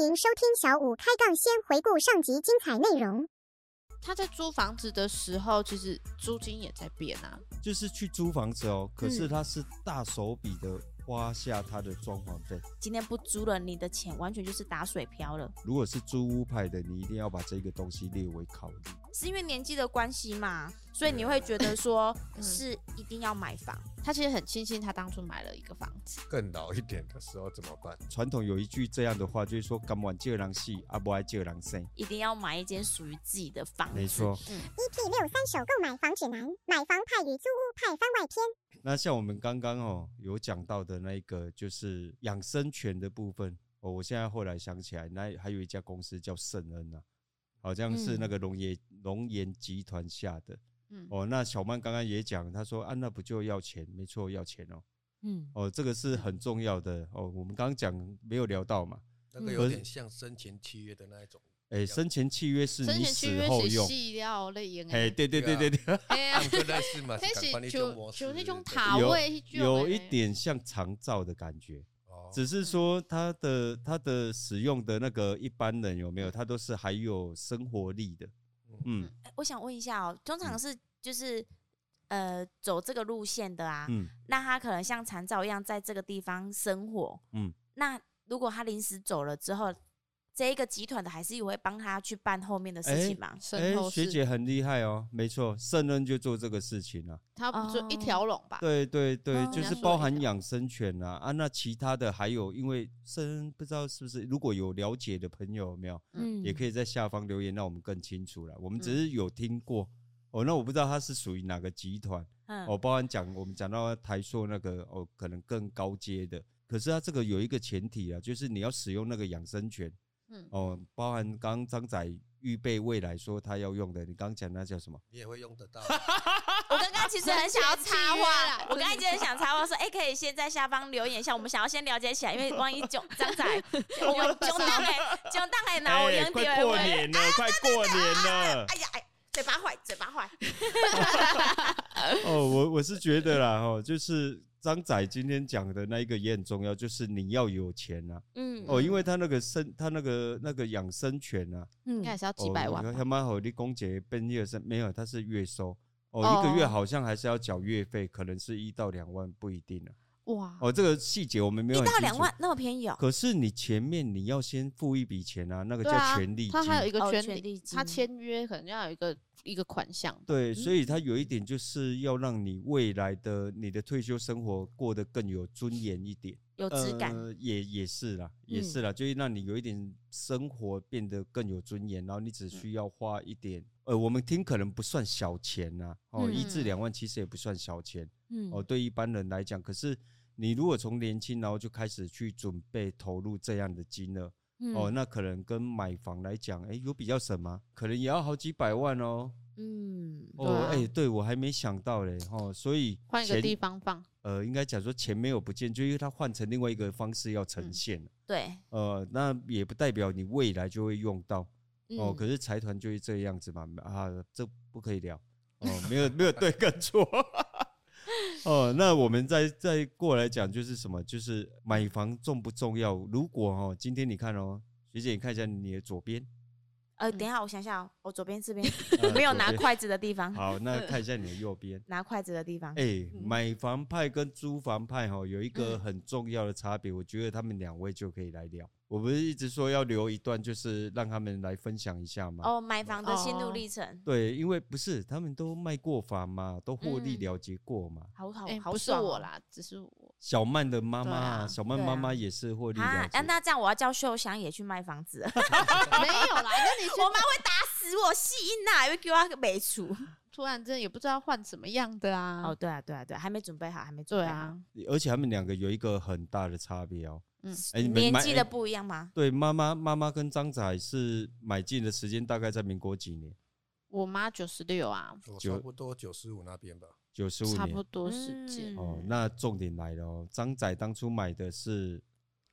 迎收听小五开杠，先回顾上集精彩内容。他在租房子的时候，其实租金也在变啊。就是去租房子哦，可是他是大手笔的花下他的装潢费。今天不租了，你的钱完全就是打水漂了，如果是租屋派的，你一定要把这个东西列为考虑。是因为年纪的关系嘛，所以你啊会觉得说嗯 是一定要买房。他其实很庆幸他当初买了一个房子。更老一点的时候怎么办？传统有一句这样的话，就是说“敢玩借人戏，啊不爱借人生一定要买一间属于自己的房”。子。嗯没错。 EP E 六三首购买房指南：买房派与租屋派番外篇。那像我们刚刚哦有讲到的那一个，就是养生权的部分哦，我现在后来想起来，那还有一家公司叫圣恩啊，好像是那个龙岩龙岩集团下的。嗯，哦，那小曼刚刚也讲，她说啊，那不就要钱？没错，要钱哦。嗯，哦，这个是很重要的哦。我们刚刚讲没有聊到嘛？那个有点像生前契约的那一种，哎、生前契约是生你前契死约后是用。细料类型哎、诶，对对对对对， 哎呀按，个类似嘛， 那是是赶快那种模就式就那种对塔有位那种的，有一点像长照的感觉。哦只嗯是说它的它的使用的那个一般人有嗯没有，它都是还有生活力的，嗯啊哎我想问一下哦，通常是就是呃走这个路线的啊，嗯，那他可能像残照一样在这个地方生活，嗯，那如果他临时走了之后，这一个集团的还是也会帮他去办后面的事哎情嘛？身后学是姐很厉害哦，没错，圣恩就做这个事情啊，他不就一哦条龙吧？对对对，哦就是包含养生权啊啊，那其他的还有，因为圣恩不知道是不是，如果有了解的朋友有没有，嗯也可以。以在下方留言，让我们更清楚了。我们只嗯是有听过、哦，那我不知道它是属于哪个集团。嗯哦，包含讲我们讲到台塑那个哦，可能更高阶的，可是它这个有一个前提啊，就是你要使用那个养生权嗯，哦，包含刚刚张仔预备未来说他要用的，你刚刚讲那叫什么？你也会用得到。我刚刚其实很想要插话，我真的刚刚一直很想插话说，哎、可以先在下方留言一下，我们想要先了解起来，因为万一囧张 仔，我们囧当哎，囧当哎，拿我用点我，哎了，快过年了！呀哎，嘴巴坏，嘴巴坏，哦，我我是觉得啦，哦，就是张仔今天讲的那一个也很重要，就是你要有钱啊，嗯哦，因为他那个生他那个那个养生权啊，应该嗯，也是要几百万哦、吧。他妈好，你公姐奔月生没有，他是月收。哦，哦一个月好像还是要缴月费，可能是一到两万，不一定啊。哇，哦，这个细节我们没一有很到清两楚万。那么便宜哦，可是你前面你要先付一笔钱啊，那个对叫啊权利金。他还有一个哦权权利，利他金签约可能要有一个一个款项。对，所以他有一点就是要让你未来的你的退休生活过得更有尊严一点。有质感，呃、也也是啦，也嗯是啦，就是让你有一点生活变得更有尊严，然后你只需要花一点，呃，我们听可能不算小钱呐、哦，嗯一至两万其实也不算小钱嗯哦，对一般人来讲，可是你如果从年轻然后就开始去准备投入这样的金额，嗯嗯哦，，那可能跟买房来讲，哎，有比较省吗？可能也要好几百万哦。嗯，对哦啊，哎，对我还没想到嘞，哦，所以换一个钱地方放，呃，应该讲说钱没有不见，就因为它换成另外一个方式要呈嗯现。对，呃，那也不代表你未来就会用到哦。嗯可是财团就是这样子嘛，啊，这不可以聊哦，没有没有对跟错。 哦，那我们再再过来讲，就是什么？就是买房重不重要？如果哦，今天你看哦，学姐，你看一下你的左边，呃，嗯等一下，我想想哦，我左边这边呃 没有拿左边筷子的地方，好，那看一下你的右边。拿筷子的地方，哎、买房派跟租房派哈、有一个很重要的差别，我觉得他们两位就可以来聊。我不是一直说要留一段，就是让他们来分享一下吗？哦，买房的心哦路历程，对，因为不是他们都卖过房嘛，都获利嗯了结过嘛。好好哎，好不是爽我哦。啦，只是 我小曼的妈对妈，啊小曼对啊妈妈也是获利了啊，结。那那这样我要叫秀香也去卖房 子， 我没有啦。那你 去妈会打死我，吸引呐，因为给我 美厨。突然间也不知道换什么样的啊。哦，对啊，对啊，对啊，还没准备好，还没准对备好。啊，而且他们两个有一个很大的差别哦。嗯哎你们年买纪哎的不一样吗？对，妈妈妈妈跟张仔是买进的时间大概在民国几年？我妈九十六啊，我九差不多九十五那边吧，九十五差年不。多时间。嗯哦，那重点来了哦，张仔当初买的是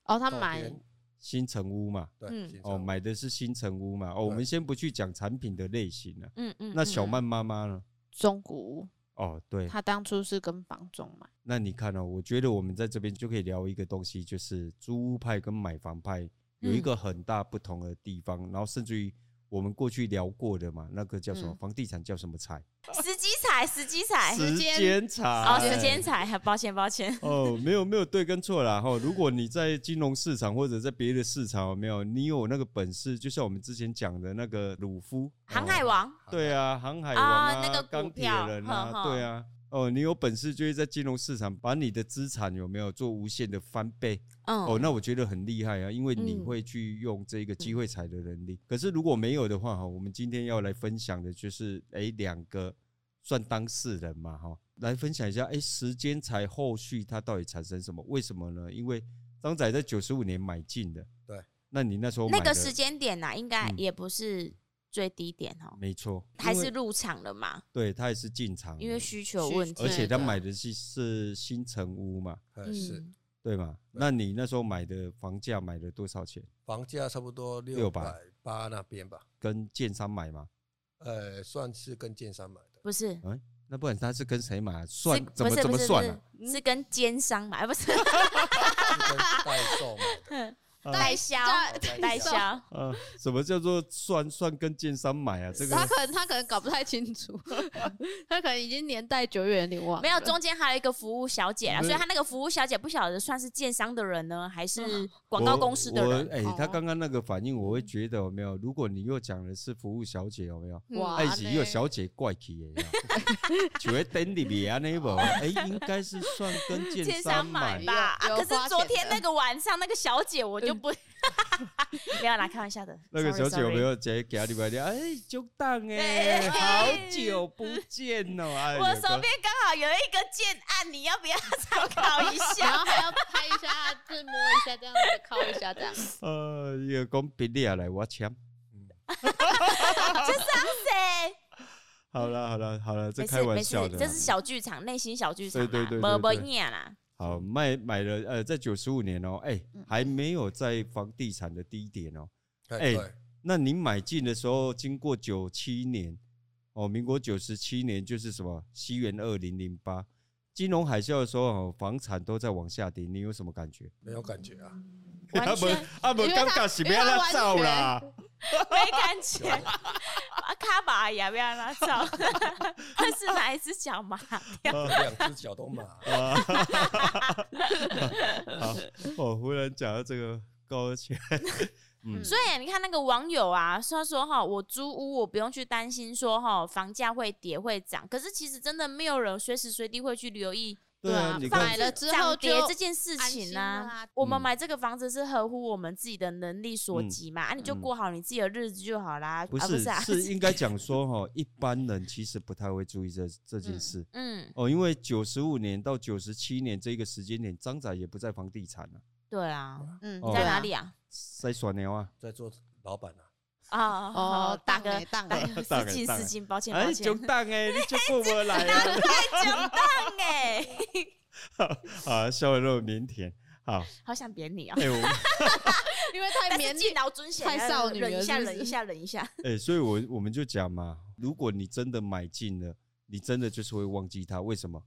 哦，她照买片新城屋嘛。对，嗯新哦，潮买的是新城屋嘛？哦，我们先不去讲产品的类型了、嗯嗯那小嗯曼妈妈呢？中古屋，哦，对，她当初是跟房仲 买。那你看哦，我觉得我们在这边就可以聊一个东西，就是租屋派跟买房派有一嗯个很大不同的地方，然后甚至于我们过去聊过的嘛，那个叫什么、嗯房地产叫什么财？时机财，时机财，时时间间财哦，时间财，抱歉抱歉，啊哦，没有没有对跟错啦哈、如果你在金融市场或者在别的市场有没有，你有那个本事，就像我们之前讲的那个鲁夫航海王，对啊，航海王啊啊，那个股钢铁票人呵啊，呵对啊，哦，你有本事就会在金融市场把你的资产有没有做无限的翻倍，哦，嗯，那我觉得很厉害啊，因为你嗯会去用这个机会财的能力。嗯可是如果没有的话，哈，我们今天要来分享的就是，哎，两个算当事人嘛，哈，来分享一下，哎，时间财后续它到底产生什么？为什么呢？因为张仔在九十五年买进的，对，那你那时候那买的个时间点呐，应该嗯也不是最低点哦，没错，还因为是入场了嘛，对他也是进场的，因为需求需问题，而且他对买的是是新城屋嘛，哎是嗯，对嘛？对那你那时候买的房价买了多少钱？房价差不多六百八那边吧，跟建商买吗？呃，算是跟建商买的。不是。那不然他是跟谁买、啊？是算不怎么是怎不么是算啊？哦不是是跟奸商哎买，不 是是跟代售买的， 代销代代销销。呃，啊 什么叫做算算跟建商买啊？这他个可能他可能搞不太清楚，他可能已经年代久远，有点忘了。 没有，中间还有一个服务小姐啦，啊不是所以她那个服务小姐不晓得算是建商的人呢，还是广告公司的我人。我哎、哦他刚刚那个反应，我会觉得有没有？如果你又讲的是服务小姐，有没有？嗯爱是有小姐怪气的 呀，就会等你别啊那不？哎、应该是算 跟建建商商买买。吧，啊有可有花是昨钱的天那个晚上那个小姐我就不， 没有啦，开玩笑的。嗯 那个小姐有 sorry，sorry 没？有在给他礼拜天？哎，就当哎， 对好久不见 哦！哎我有手个边刚好有一个建案，你要不要参 考一然下？后还要拍一 下，就是摸一下这样子，靠一下这样。呃，有讲别你也来我签。对，好了好了好了， 这嗯没开事玩没事笑的，啦。这是小剧场，内心小剧场啦，对对对没对没对念啦。好，卖买了，呃，在九十五年哦、哎、嗯还没有在房地产的低点哦、哎哎，对，那您买进的时候，经过九七年，哦，民国九十七年就是什么？西元二零零八金融海啸的时候，哦，房产都在往下跌，你有什么感觉？没有感觉啊，完 全阿伯因为尴他尬是不要他造啦， 没感觉，啊，卡巴呀，不要拉草， 那是哪一只脚麻掉？哦两只脚都麻。好，我哦忽然讲到这个高 钱，嗯，所以你看那个网友啊，他说哈，我租屋我不用去担心说哈房价会跌会涨，可是其实真的没有人随时随地会去留意对啊，啊你买看，了之后涨跌就这件事安情心呢、啦我们嗯买这个房子是合乎我们自己的能力所及嘛，啊，你就嗯过好你自己的日子就好啦。不啊、不是 是啊，是应该讲说哈，一般人其实不太会注意这这件嗯事。嗯，哦，因为九十五年到九十七年这个时间点，张仔也不在房地产啊，对啊，嗯哦你在哪里？啊？在耍牛啊。在做老板啊，啊，哦哦，，打大个哥，大打哥，个当失然敬当失然敬，抱歉抱哎，歉就。当哎，你就过不来 啊！讲当哎， 啊，笑得那么腼腆。好，好想扁你啊！哎、我 因为 太但腼腆是敬，老尊贤，太要少女忍了一下，是不忍一是下，忍一下。哎、所以我我们就讲嘛，如果你真的买进了，你真的就是会忘记它。为什么？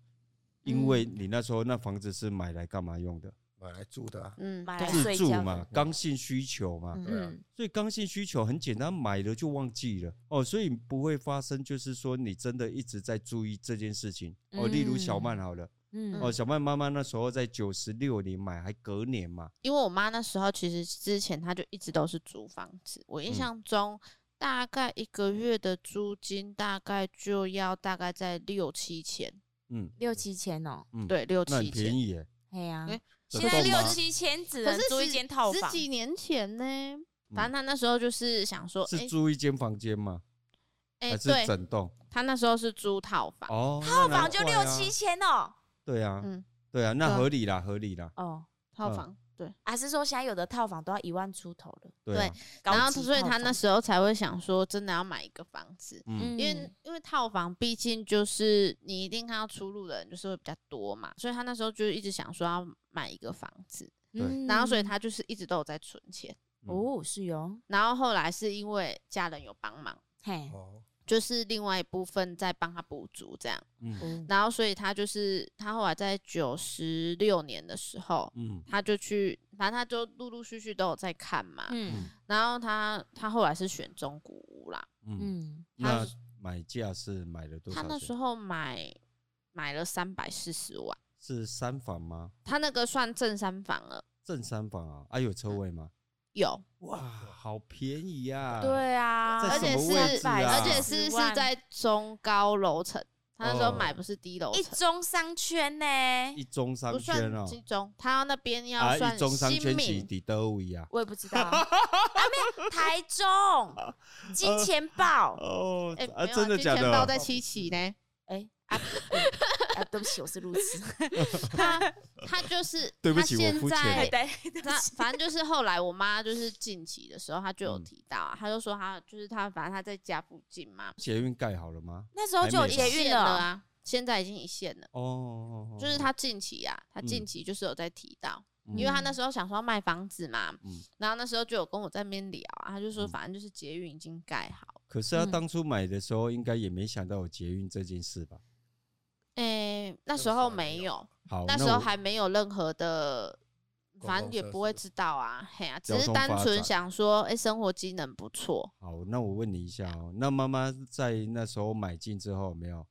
因为你那时候那房子是买来干嘛用的？买来住的啊。嗯，买对来自哎睡住觉嘛，刚性需求嘛。对啊嗯，所以刚性需求很简单，买了就忘记了哦，所以不会发生就是说你真的一直在注意这件事情哦。例如小曼好了，嗯，哦，小曼妈妈那时候在九十六年买，还隔年嘛，因为我妈那时候其实之前她就一直都是租房子，我印嗯象中大概一个月的租金大概就要大概在六七千，嗯，六七千哦，嗯对，六那很七便千。宜耶。哎呀哎，现在这栋六吗七千只可能是租一十间套十房，几年前呢，反正她那时候就是想说，嗯是哎租一间房间吗？哎，还是对，整栋？她那时候是租套房，哦，套套房就六七。千哦。对啊，嗯对啊，那对啊合理啦，合理啦。哦，套嗯房对。还啊是说现在有的套房都要一万出头了？对啊，高然后级所以套她那房时候才会想说，真的要买一个房子，嗯，因为嗯因为套房毕竟就是你一定看到出入的人就是会比较多嘛，所以他那时候就一直想说要买一个房子，对嗯然后所以他就是一直都有在存钱，嗯哦是哦，然后后来是因为家人有帮忙，嘿，哦，就是另外一部分在帮他补足这样。哦嗯嗯然后所以他就是他后来在九十六年的时候，嗯他就去，反正他就陆陆续续都有在看嘛。嗯然后他他后来是选中古屋啦，嗯，嗯，那买价是买了多少他钱？那时候买买了三百四十万，是三房吗？他那个算正三房了，正三房啊？啊，有车位吗？有，哇，好便宜呀！，对啊，嗯在而什且么位是置啊而且是10是万在中高楼层，他那时候哦买不是低楼一层。中商圈呢、一中商不圈哦算，金中，他那边要啊，算一中商新圈是民伫倒位啊？我也不 知道，啊，没有台中金钱豹，哦哎，啊，没有真的金假钱豹的？在七期 呢，哎、啊啊，对不起，我是路痴，他他就是对不他起我现肤浅在了对对 对不那起，反正就是后来我妈就是近期的时候，她就有嗯提到、啊，她就说她就是她反正她在家附近嘛，捷运盖好了吗？那时候就有还没捷一运线了了，啊，现在已经一线了。哦哦，哦就是，她近期啊，她近嗯期就是有在提到，嗯因为她那时候想说要卖房子嘛，嗯然后那时候就有跟我在那边聊啊，她就说嗯反正就是捷运已经盖好了，可是他嗯当初买的时候，应该也没想到有捷运这件事吧？诶、那那时时候候没没有有，好，那时候哦我还没有任何的，公反正共也设不会施知道啊，嘿啊，只交是通单发纯展想说，诶、生活机能不错，好，那我问你一下哦，那妈妈在那时候买进之后有没有？嗯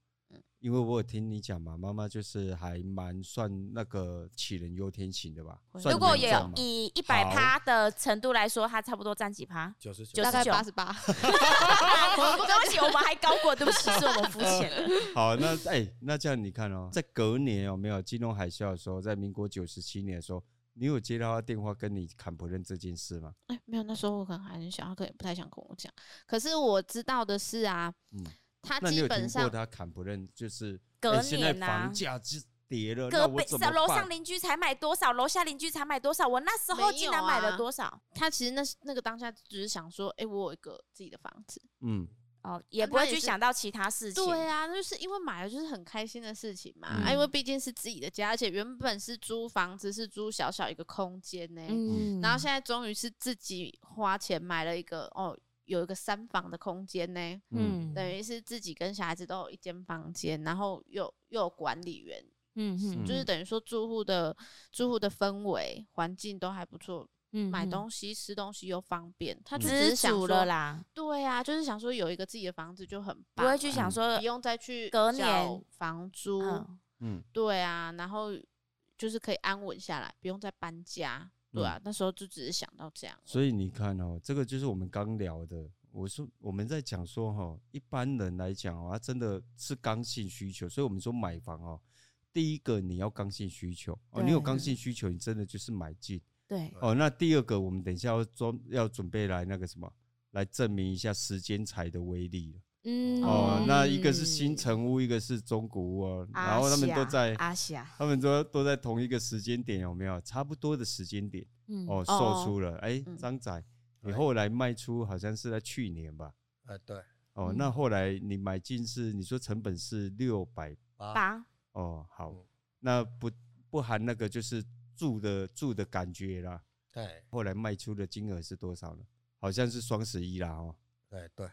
因为我有听你讲嘛，妈妈就是还蛮算那个杞人忧天型的吧？会算如果严重有嘛以一百趴的程度来说，它差不多占几 趴？九十九99大概99八十八。 对不起，我们还高过，对不起，是我们肤 浅了。好，那哎、那这样你看哦，嗯在隔年有没有金融海啸的时候，在民国九十七年的时候，你有接到他电话跟你砍不认这件事吗？哎，没有，那时候我可能还很小，他可能也不太想跟我讲。可是我知道的是啊，嗯，他那你基有本听过上他砍不认，就是隔哎现在年啊房价是跌了，那隔我壁怎么楼办上？邻居才买多少，楼下邻居才买多少，我那时候没竟有然买啊了多少？他其实那那个当下只是想说，哎，我有一个自己的房子。嗯，哦，也那不会也去是想到其他事情。对啊，那就是因为买了就是很开心的事情嘛，啊，因嗯为毕竟是自己的家，而且原本是租房子是租小小一个空间呢、嗯然后现在终于是自己花钱买了一个哦，有一个三房的空间呢、嗯等于是自己跟小孩子都有一间房间，然后又又有管理员，嗯嗯就是等于说住户的住户的氛围环境都还不错，嗯买东西吃东西又方便，他就只知是想足说嗯了。啦，嗯对啊，就是想说有一个自己的房子就很不棒啊了，会去想说不用再去呃隔缴年房租，嗯嗯对啊，然后就是可以安稳下来，不用再搬家。对啊，那时候就只是想到这样而已。嗯所以你看哦，这个就是我们刚聊的。我说我们在讲说哈、一般人来讲哦，他真的是刚性需求，所以我们说买房哦，第一个你要刚性需求哦，你有对刚性需求，你真的就是买进对哦。那第二个，我们等一下要装要准备来那个什么，来证明一下时间财的威力了嗯哦。那一个是新新城屋，一个是中古屋哦，啊然后他们都在嗯阿霞，他们都都在同一个时间点，有没有差不多的时间点？嗯哦，哦售出了。哎、嗯张仔，你对后来卖出好像是在去年吧？哎对哦，那后来你买进是你说成本是六百八八哦，好嗯，那不不含那个就是住的住的感觉啦。对后来卖出的金额是多少呢？好像是双十一啦哦，对哎对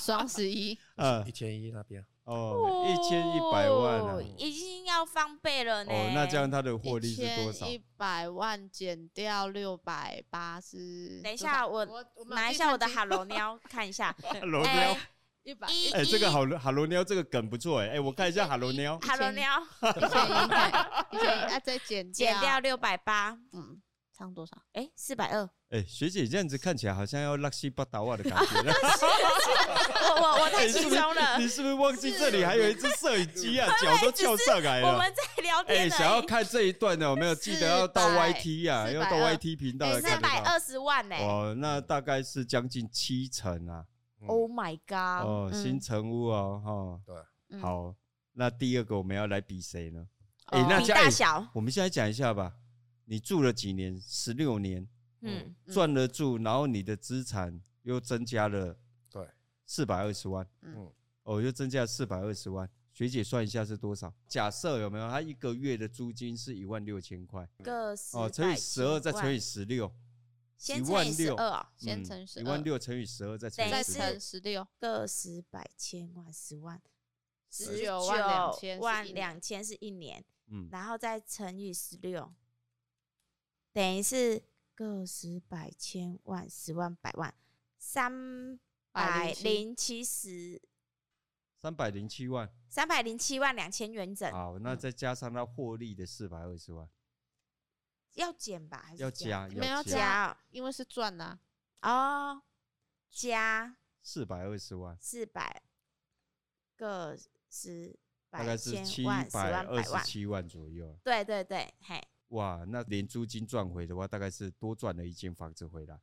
双十一，呃一千一那边哦，一千一百万啊。哦已经要翻倍了呢。哦，那这样它的 获一利是千多少？一百万减掉六百八十。等多一下少我没有拿一计下算我的机 Hello 喵看一下罗哎喵，一百一哎，这个好哈罗喵这个梗不错哎，哎，我看一下哈罗喵， ，Hello 喵一千一 百，一千一啊，再减减掉，六百八，嗯，差多少？哎，四百二。 哎，学姐这样子看起来好像要拉西巴达瓦的感觉。我 我我太轻松了 你，是不是忘记这里还有一只摄影机啊？脚都翘上来我了。们在聊哎、天想要呢。看这一段的，哦有没有记得要到400 YT 啊？ 420要到 YT 频道来哎四看得百到。二哎十万呢哦，那大概是将近七成啊。 ！Oh my god！哦，嗯新成屋哦，哈、哦，嗯，好。那第二个我们要来比谁呢？哎、哦那比这样、大哎小，我们现在讲一下吧。你住了几年？十六年，嗯，嗯赚了住，然后你的资产又增加了嗯对四百二十万，嗯嗯，哦，又增加四百二十万。学姐算一下是多少？假设有没有？她一个月的租金是一万六千块，哦个十哦，乘以十二再乘以十六，先乘以16,000十二哦，先嗯乘十一二万，六乘以十二，再乘等于再以十乘六，十六，个十百千万十万十九万两千是万一年两千是一年，嗯，然后再乘以十六，等于是个十百千万十万百万三百零七十三百零七万。三百零七万两千元整，好，那再加上他获利的四百二十万，要减吧？还是要加加没有加加因为是赚啊呐、哦？哦加四百二十万，四百个十大百概是千七万十百万二百十万，七万左右。对对对，嘿，哇，那连租金赚回的话，大概是多赚了一间房子回来，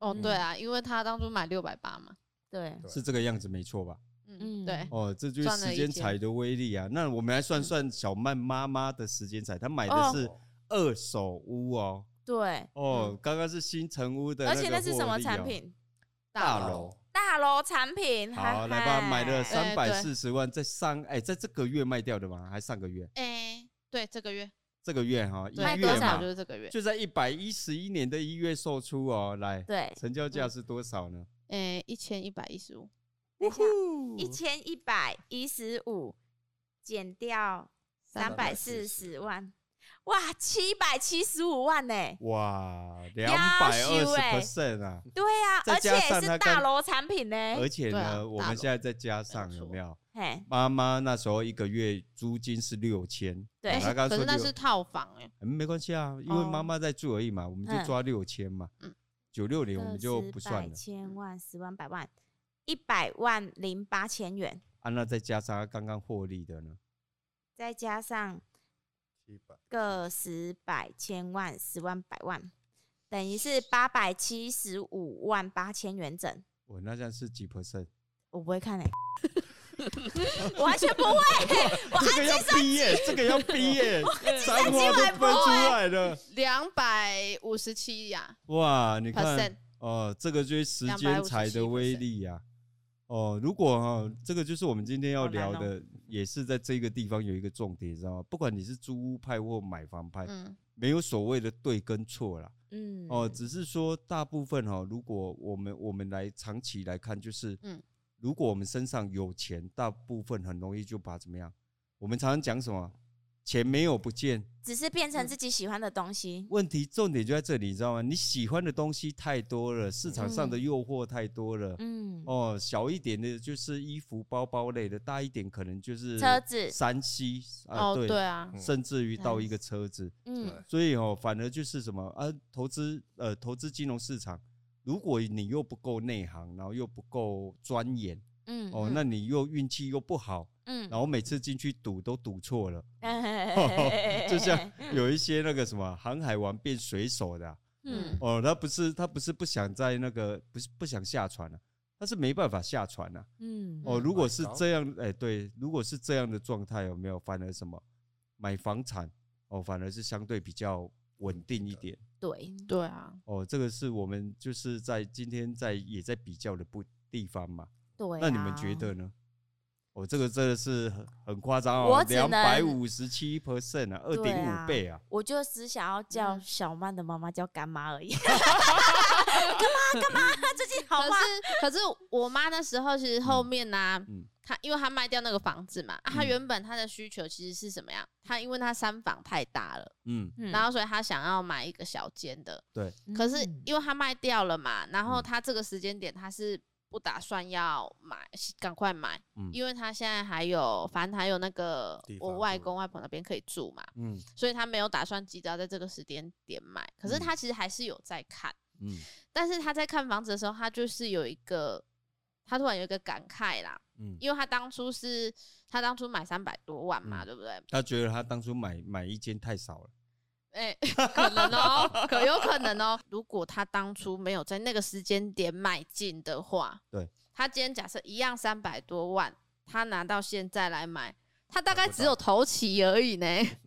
哦，对嗯啊，因为他当初买六百八嘛，对，对是这个样子没错吧？嗯，嗯对，哦，这就是赚了时一间间彩的威力啊！那我们来算算小曼妈妈的时间彩，她买的是哦二手屋哦。对，哦，刚刚是新城屋的、嗯而且那是什么哦产？品？大大楼楼。大楼产品。好，来吧，买了三三对百四十万，在上哎，在这个月卖掉的吗？还上个月？哎、对，这个月这个月哈，一对卖多月少嘛就，是这个月，就在一百一十一年的一月售出哦。来，对，成交价是多少呢？哎、一千一百一十五，等一下呼一千一百一十五减掉三百四十万，哇，七百七十五万呢、哇，两要百二修欸十 percent 啊！对呀、啊，再而且加上是它大跟楼产品呢、而且对呢，啊我大们楼现在再加上没有错没有？嘿，妈妈那时候一个月租金是六千，对她刚可说是那六是套房哎、嗯没关系啊，因为妈妈在住而已嘛，我们就抓六千嘛嗯。九六年我们就个不十算百了，千万、十万、百万，一百万零八千元，啊，那再加上她刚刚获利的呢，再加上七百个十百千万、十万、百万，等于是八百七十五万八千元整。我那这样是几 percent？我不会看诶、我完全不会、啊我 这个要毕业，这个要 毕业，三花都分出来了。两百五十七呀哇，你看 percent，哦，这个就是时间财的威力啊。哦，如果哈、这个就是我们今天要聊好哦的，也是在这个地方有一个重点，你知道吗？不管你是租屋派或买房派，嗯，没有所谓的对跟错啦。嗯，哦，只是说大部分哈、如果我们我们来长期来看，就是嗯如果我们身上有钱，大部分很容易就把怎么样？我们常常讲什么？钱没有不见，只是变成自己喜欢的东西。问题重点就在这里，你知道吗？你喜欢的东西太多了，市场上的嗯诱惑太多了。嗯，哦，小一点的就是衣服、包包类的，大一点可能就是车子山西啊，哦，对啊，甚至于到嗯一个车子。嗯对，所以哦，反而就是什么啊，投资呃，投资金融市场，如果你又不够内行，然后又不够钻研，嗯，哦，那你又运气又不好，嗯，然后每次进去赌都赌错 了，哦嗯就像有一些那个什么航海王变水手的啊、嗯哦，他不是他不是不想在那个不是不想下船了、他是没办法下船了、嗯哦，如果是买房这样，哎、对，如果是这样的状态，有没有反而什么买房产哦，反而是相对比较稳定一点。对，对啊，哦，这个是我们就是在今天在也在比较的不地方嘛。对。啊那你们觉得？呢？哦，这个真的是很很夸张哦我，只两能百五十七 percent 啊，二对点啊五倍啊！我就只想要叫嗯小曼的妈妈叫干妈而已。 干妈，干妈，最近好可吗？是可是我妈那时候其实后面呢、嗯她因为她卖掉那个房子嘛，啊她嗯原本她的需求其实是什么样？她因为她三房太大了，嗯，嗯然后所以她想要买一个小间的，对，可是嗯因为她卖掉了嘛，然后嗯她这个时间点她是不打算要买，赶快买，嗯因为她现在还有，反正还有那个地方嗯我住外公外婆那边可以住嘛，嗯所以她没有打算急着要在这个时间点买，可是嗯她其实还是有在看。嗯但是他在看房子的时候，他就是有一个，他突然有一个感慨啦，嗯，因为他当初是他当初买三百多万嘛，嗯对不对？他觉得他当初买买一间太少了，哎、 可能哦、可有可能哦、如果他当初没有在那个时间点买进的话，对，他今天假设一样三百多万，他拿到现在来买，他大概买不只有到头期而已呢。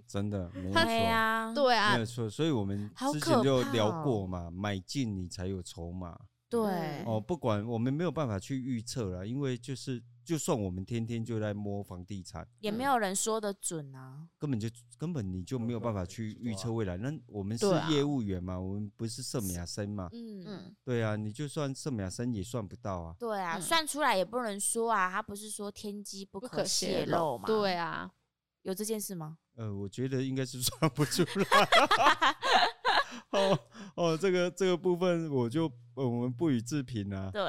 真的没有对错，呀，对啊没有，错。所以我们好之可前就怕聊哦过嘛，买进你才有筹码。对，哦，不管我们没有办法去预测啦，因为就是就算我们天天就在摸房地产，也没有人说的准啊。根本就根本你就没有办法去预测啊未来。那我们是对啊业务员嘛，我们不是圣雅生嘛，嗯嗯，对啊，你就算圣雅生也算不到啊。对啊，嗯算出来也不能说啊，他不是说天机不不可可泄泄露露嘛？对，啊，有这件事吗？呃，我觉得应该是算不出来。 哦哦，这个这个部分我就呃我们不予置评啊。对，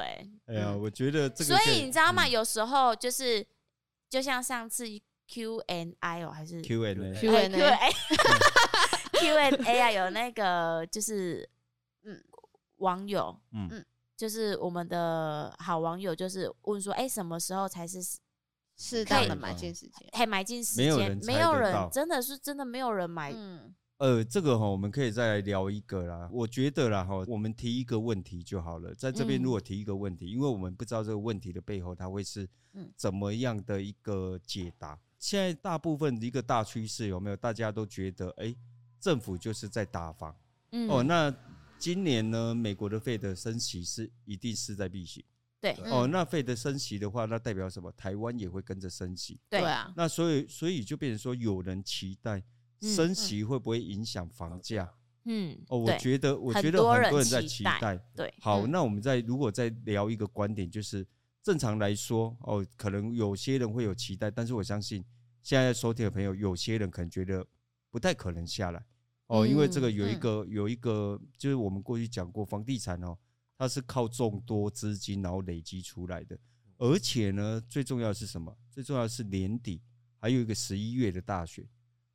哎呀，嗯我觉得这个所可，以你知道吗？嗯有时候就是，就像上次 Q&I 哦，还是哎 Q&A， Q&A Q&A 啊，有那个就是嗯嗯网友，嗯嗯嗯，就是我们的好网友，就是问说，哎、什么时候才是适可以当的买吧进时间，还买进时没有间人？没猜有得人到真的是真的没有人买，嗯，呃，这个哈，我们可以再来聊一个啦。我觉得啦哈，我们提一个问题就好了。在这边嗯如果提一个问题，因为我们不知道这个问题的背后它会是嗯怎么样的一个解答。现在大部分的一个大趋势有没有？大家都觉得，哎、政府就是在打房、嗯，哦。那今年呢，美国的费的升息是一定势在必行、对对哦。嗯那费的升息的话，那代表什么？台湾也会跟着升息。对对啊，那所以，所以就变成说，有人期待嗯升息会不会影响房价？嗯，哦，我对觉得，我很觉得多很人多人在期期待待。对，好，嗯那我们再如果再聊一个观点，就是正常来说，哦，可能有些人会有期待，但是我相信现在收听的朋友，有些人可能觉得不太可能下来。哦，因为这个有一嗯个、有一个，就是我们过去讲过，房地产哦，它是靠众多资金然后累积出来的，而且呢，最重要的是什么？最重要的是年底还有一个十一月的大选。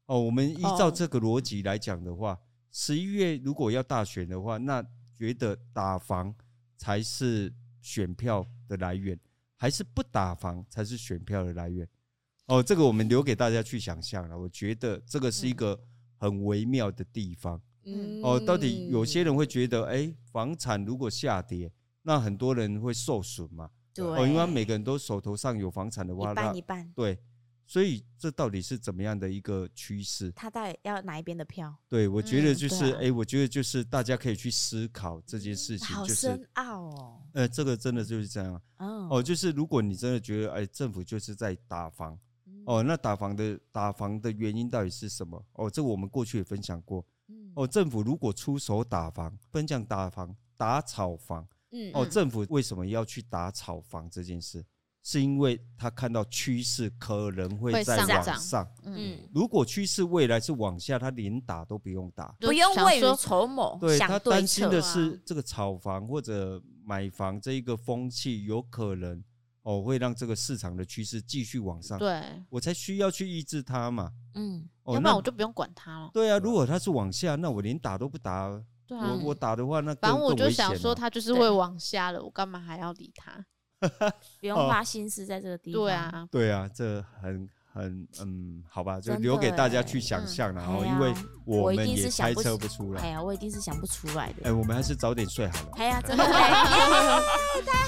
哦，我们依照哦这个逻辑来讲的话，十一月如果要大选的话，那觉得打房才是选票的来源，还是不打房才是选票的来源？哦，这个我们留给大家去想象了。我觉得这个是一个很微妙的地方。嗯哦，到底有些人人会觉得，哎、房产如果下跌，那很多人会受损嘛？对，哦，因为他每个人都手头上有房产的话，那一半一半，对，所以这到底是怎么样的一个趋势？他到底要哪一边的票？对，我觉得嗯就是，对哎、啊我觉得就是大家可以去思考这件事情，好就是深，奥哦，呃，这个真的就是这样。嗯，哦，就是如果你真的觉得，哎、政府就是在打房，嗯，哦，那打房的打房的原因到底是什么？哦，这个我们过去也分享过。嗯哦，政府如果出手打房，分享打房、打炒房。嗯哦，嗯政府为什么要去打炒房这件事？是因为他看到趋势可能会会在上往涨上。嗯，嗯，如果趋势未来是往下，他连打都不用打。就不用想未雨说绸缪，对想他对担心的啊策是这个炒房或者买房这一个风气有可能哦会让这个市场的趋势继续往上，对，我才需要去抑制它嘛。嗯，哦，要不然那我就不用管它了。对啊，如果它是往下，那我连打都不打，对啊我，我打的话那更反正我更就危想险啊说，了它就是对会往下了，我干嘛还要理它？不哦用花心思在这个地方。对，啊，对啊，这很很嗯，好吧，就真的留给大家欸去想嗯象了哦，哎因为呀我我一们定也是想猜不测出不出哎来。呀，我一定是想不出来哎，的。 我们还是早点睡好了。哎呀，真的，耶太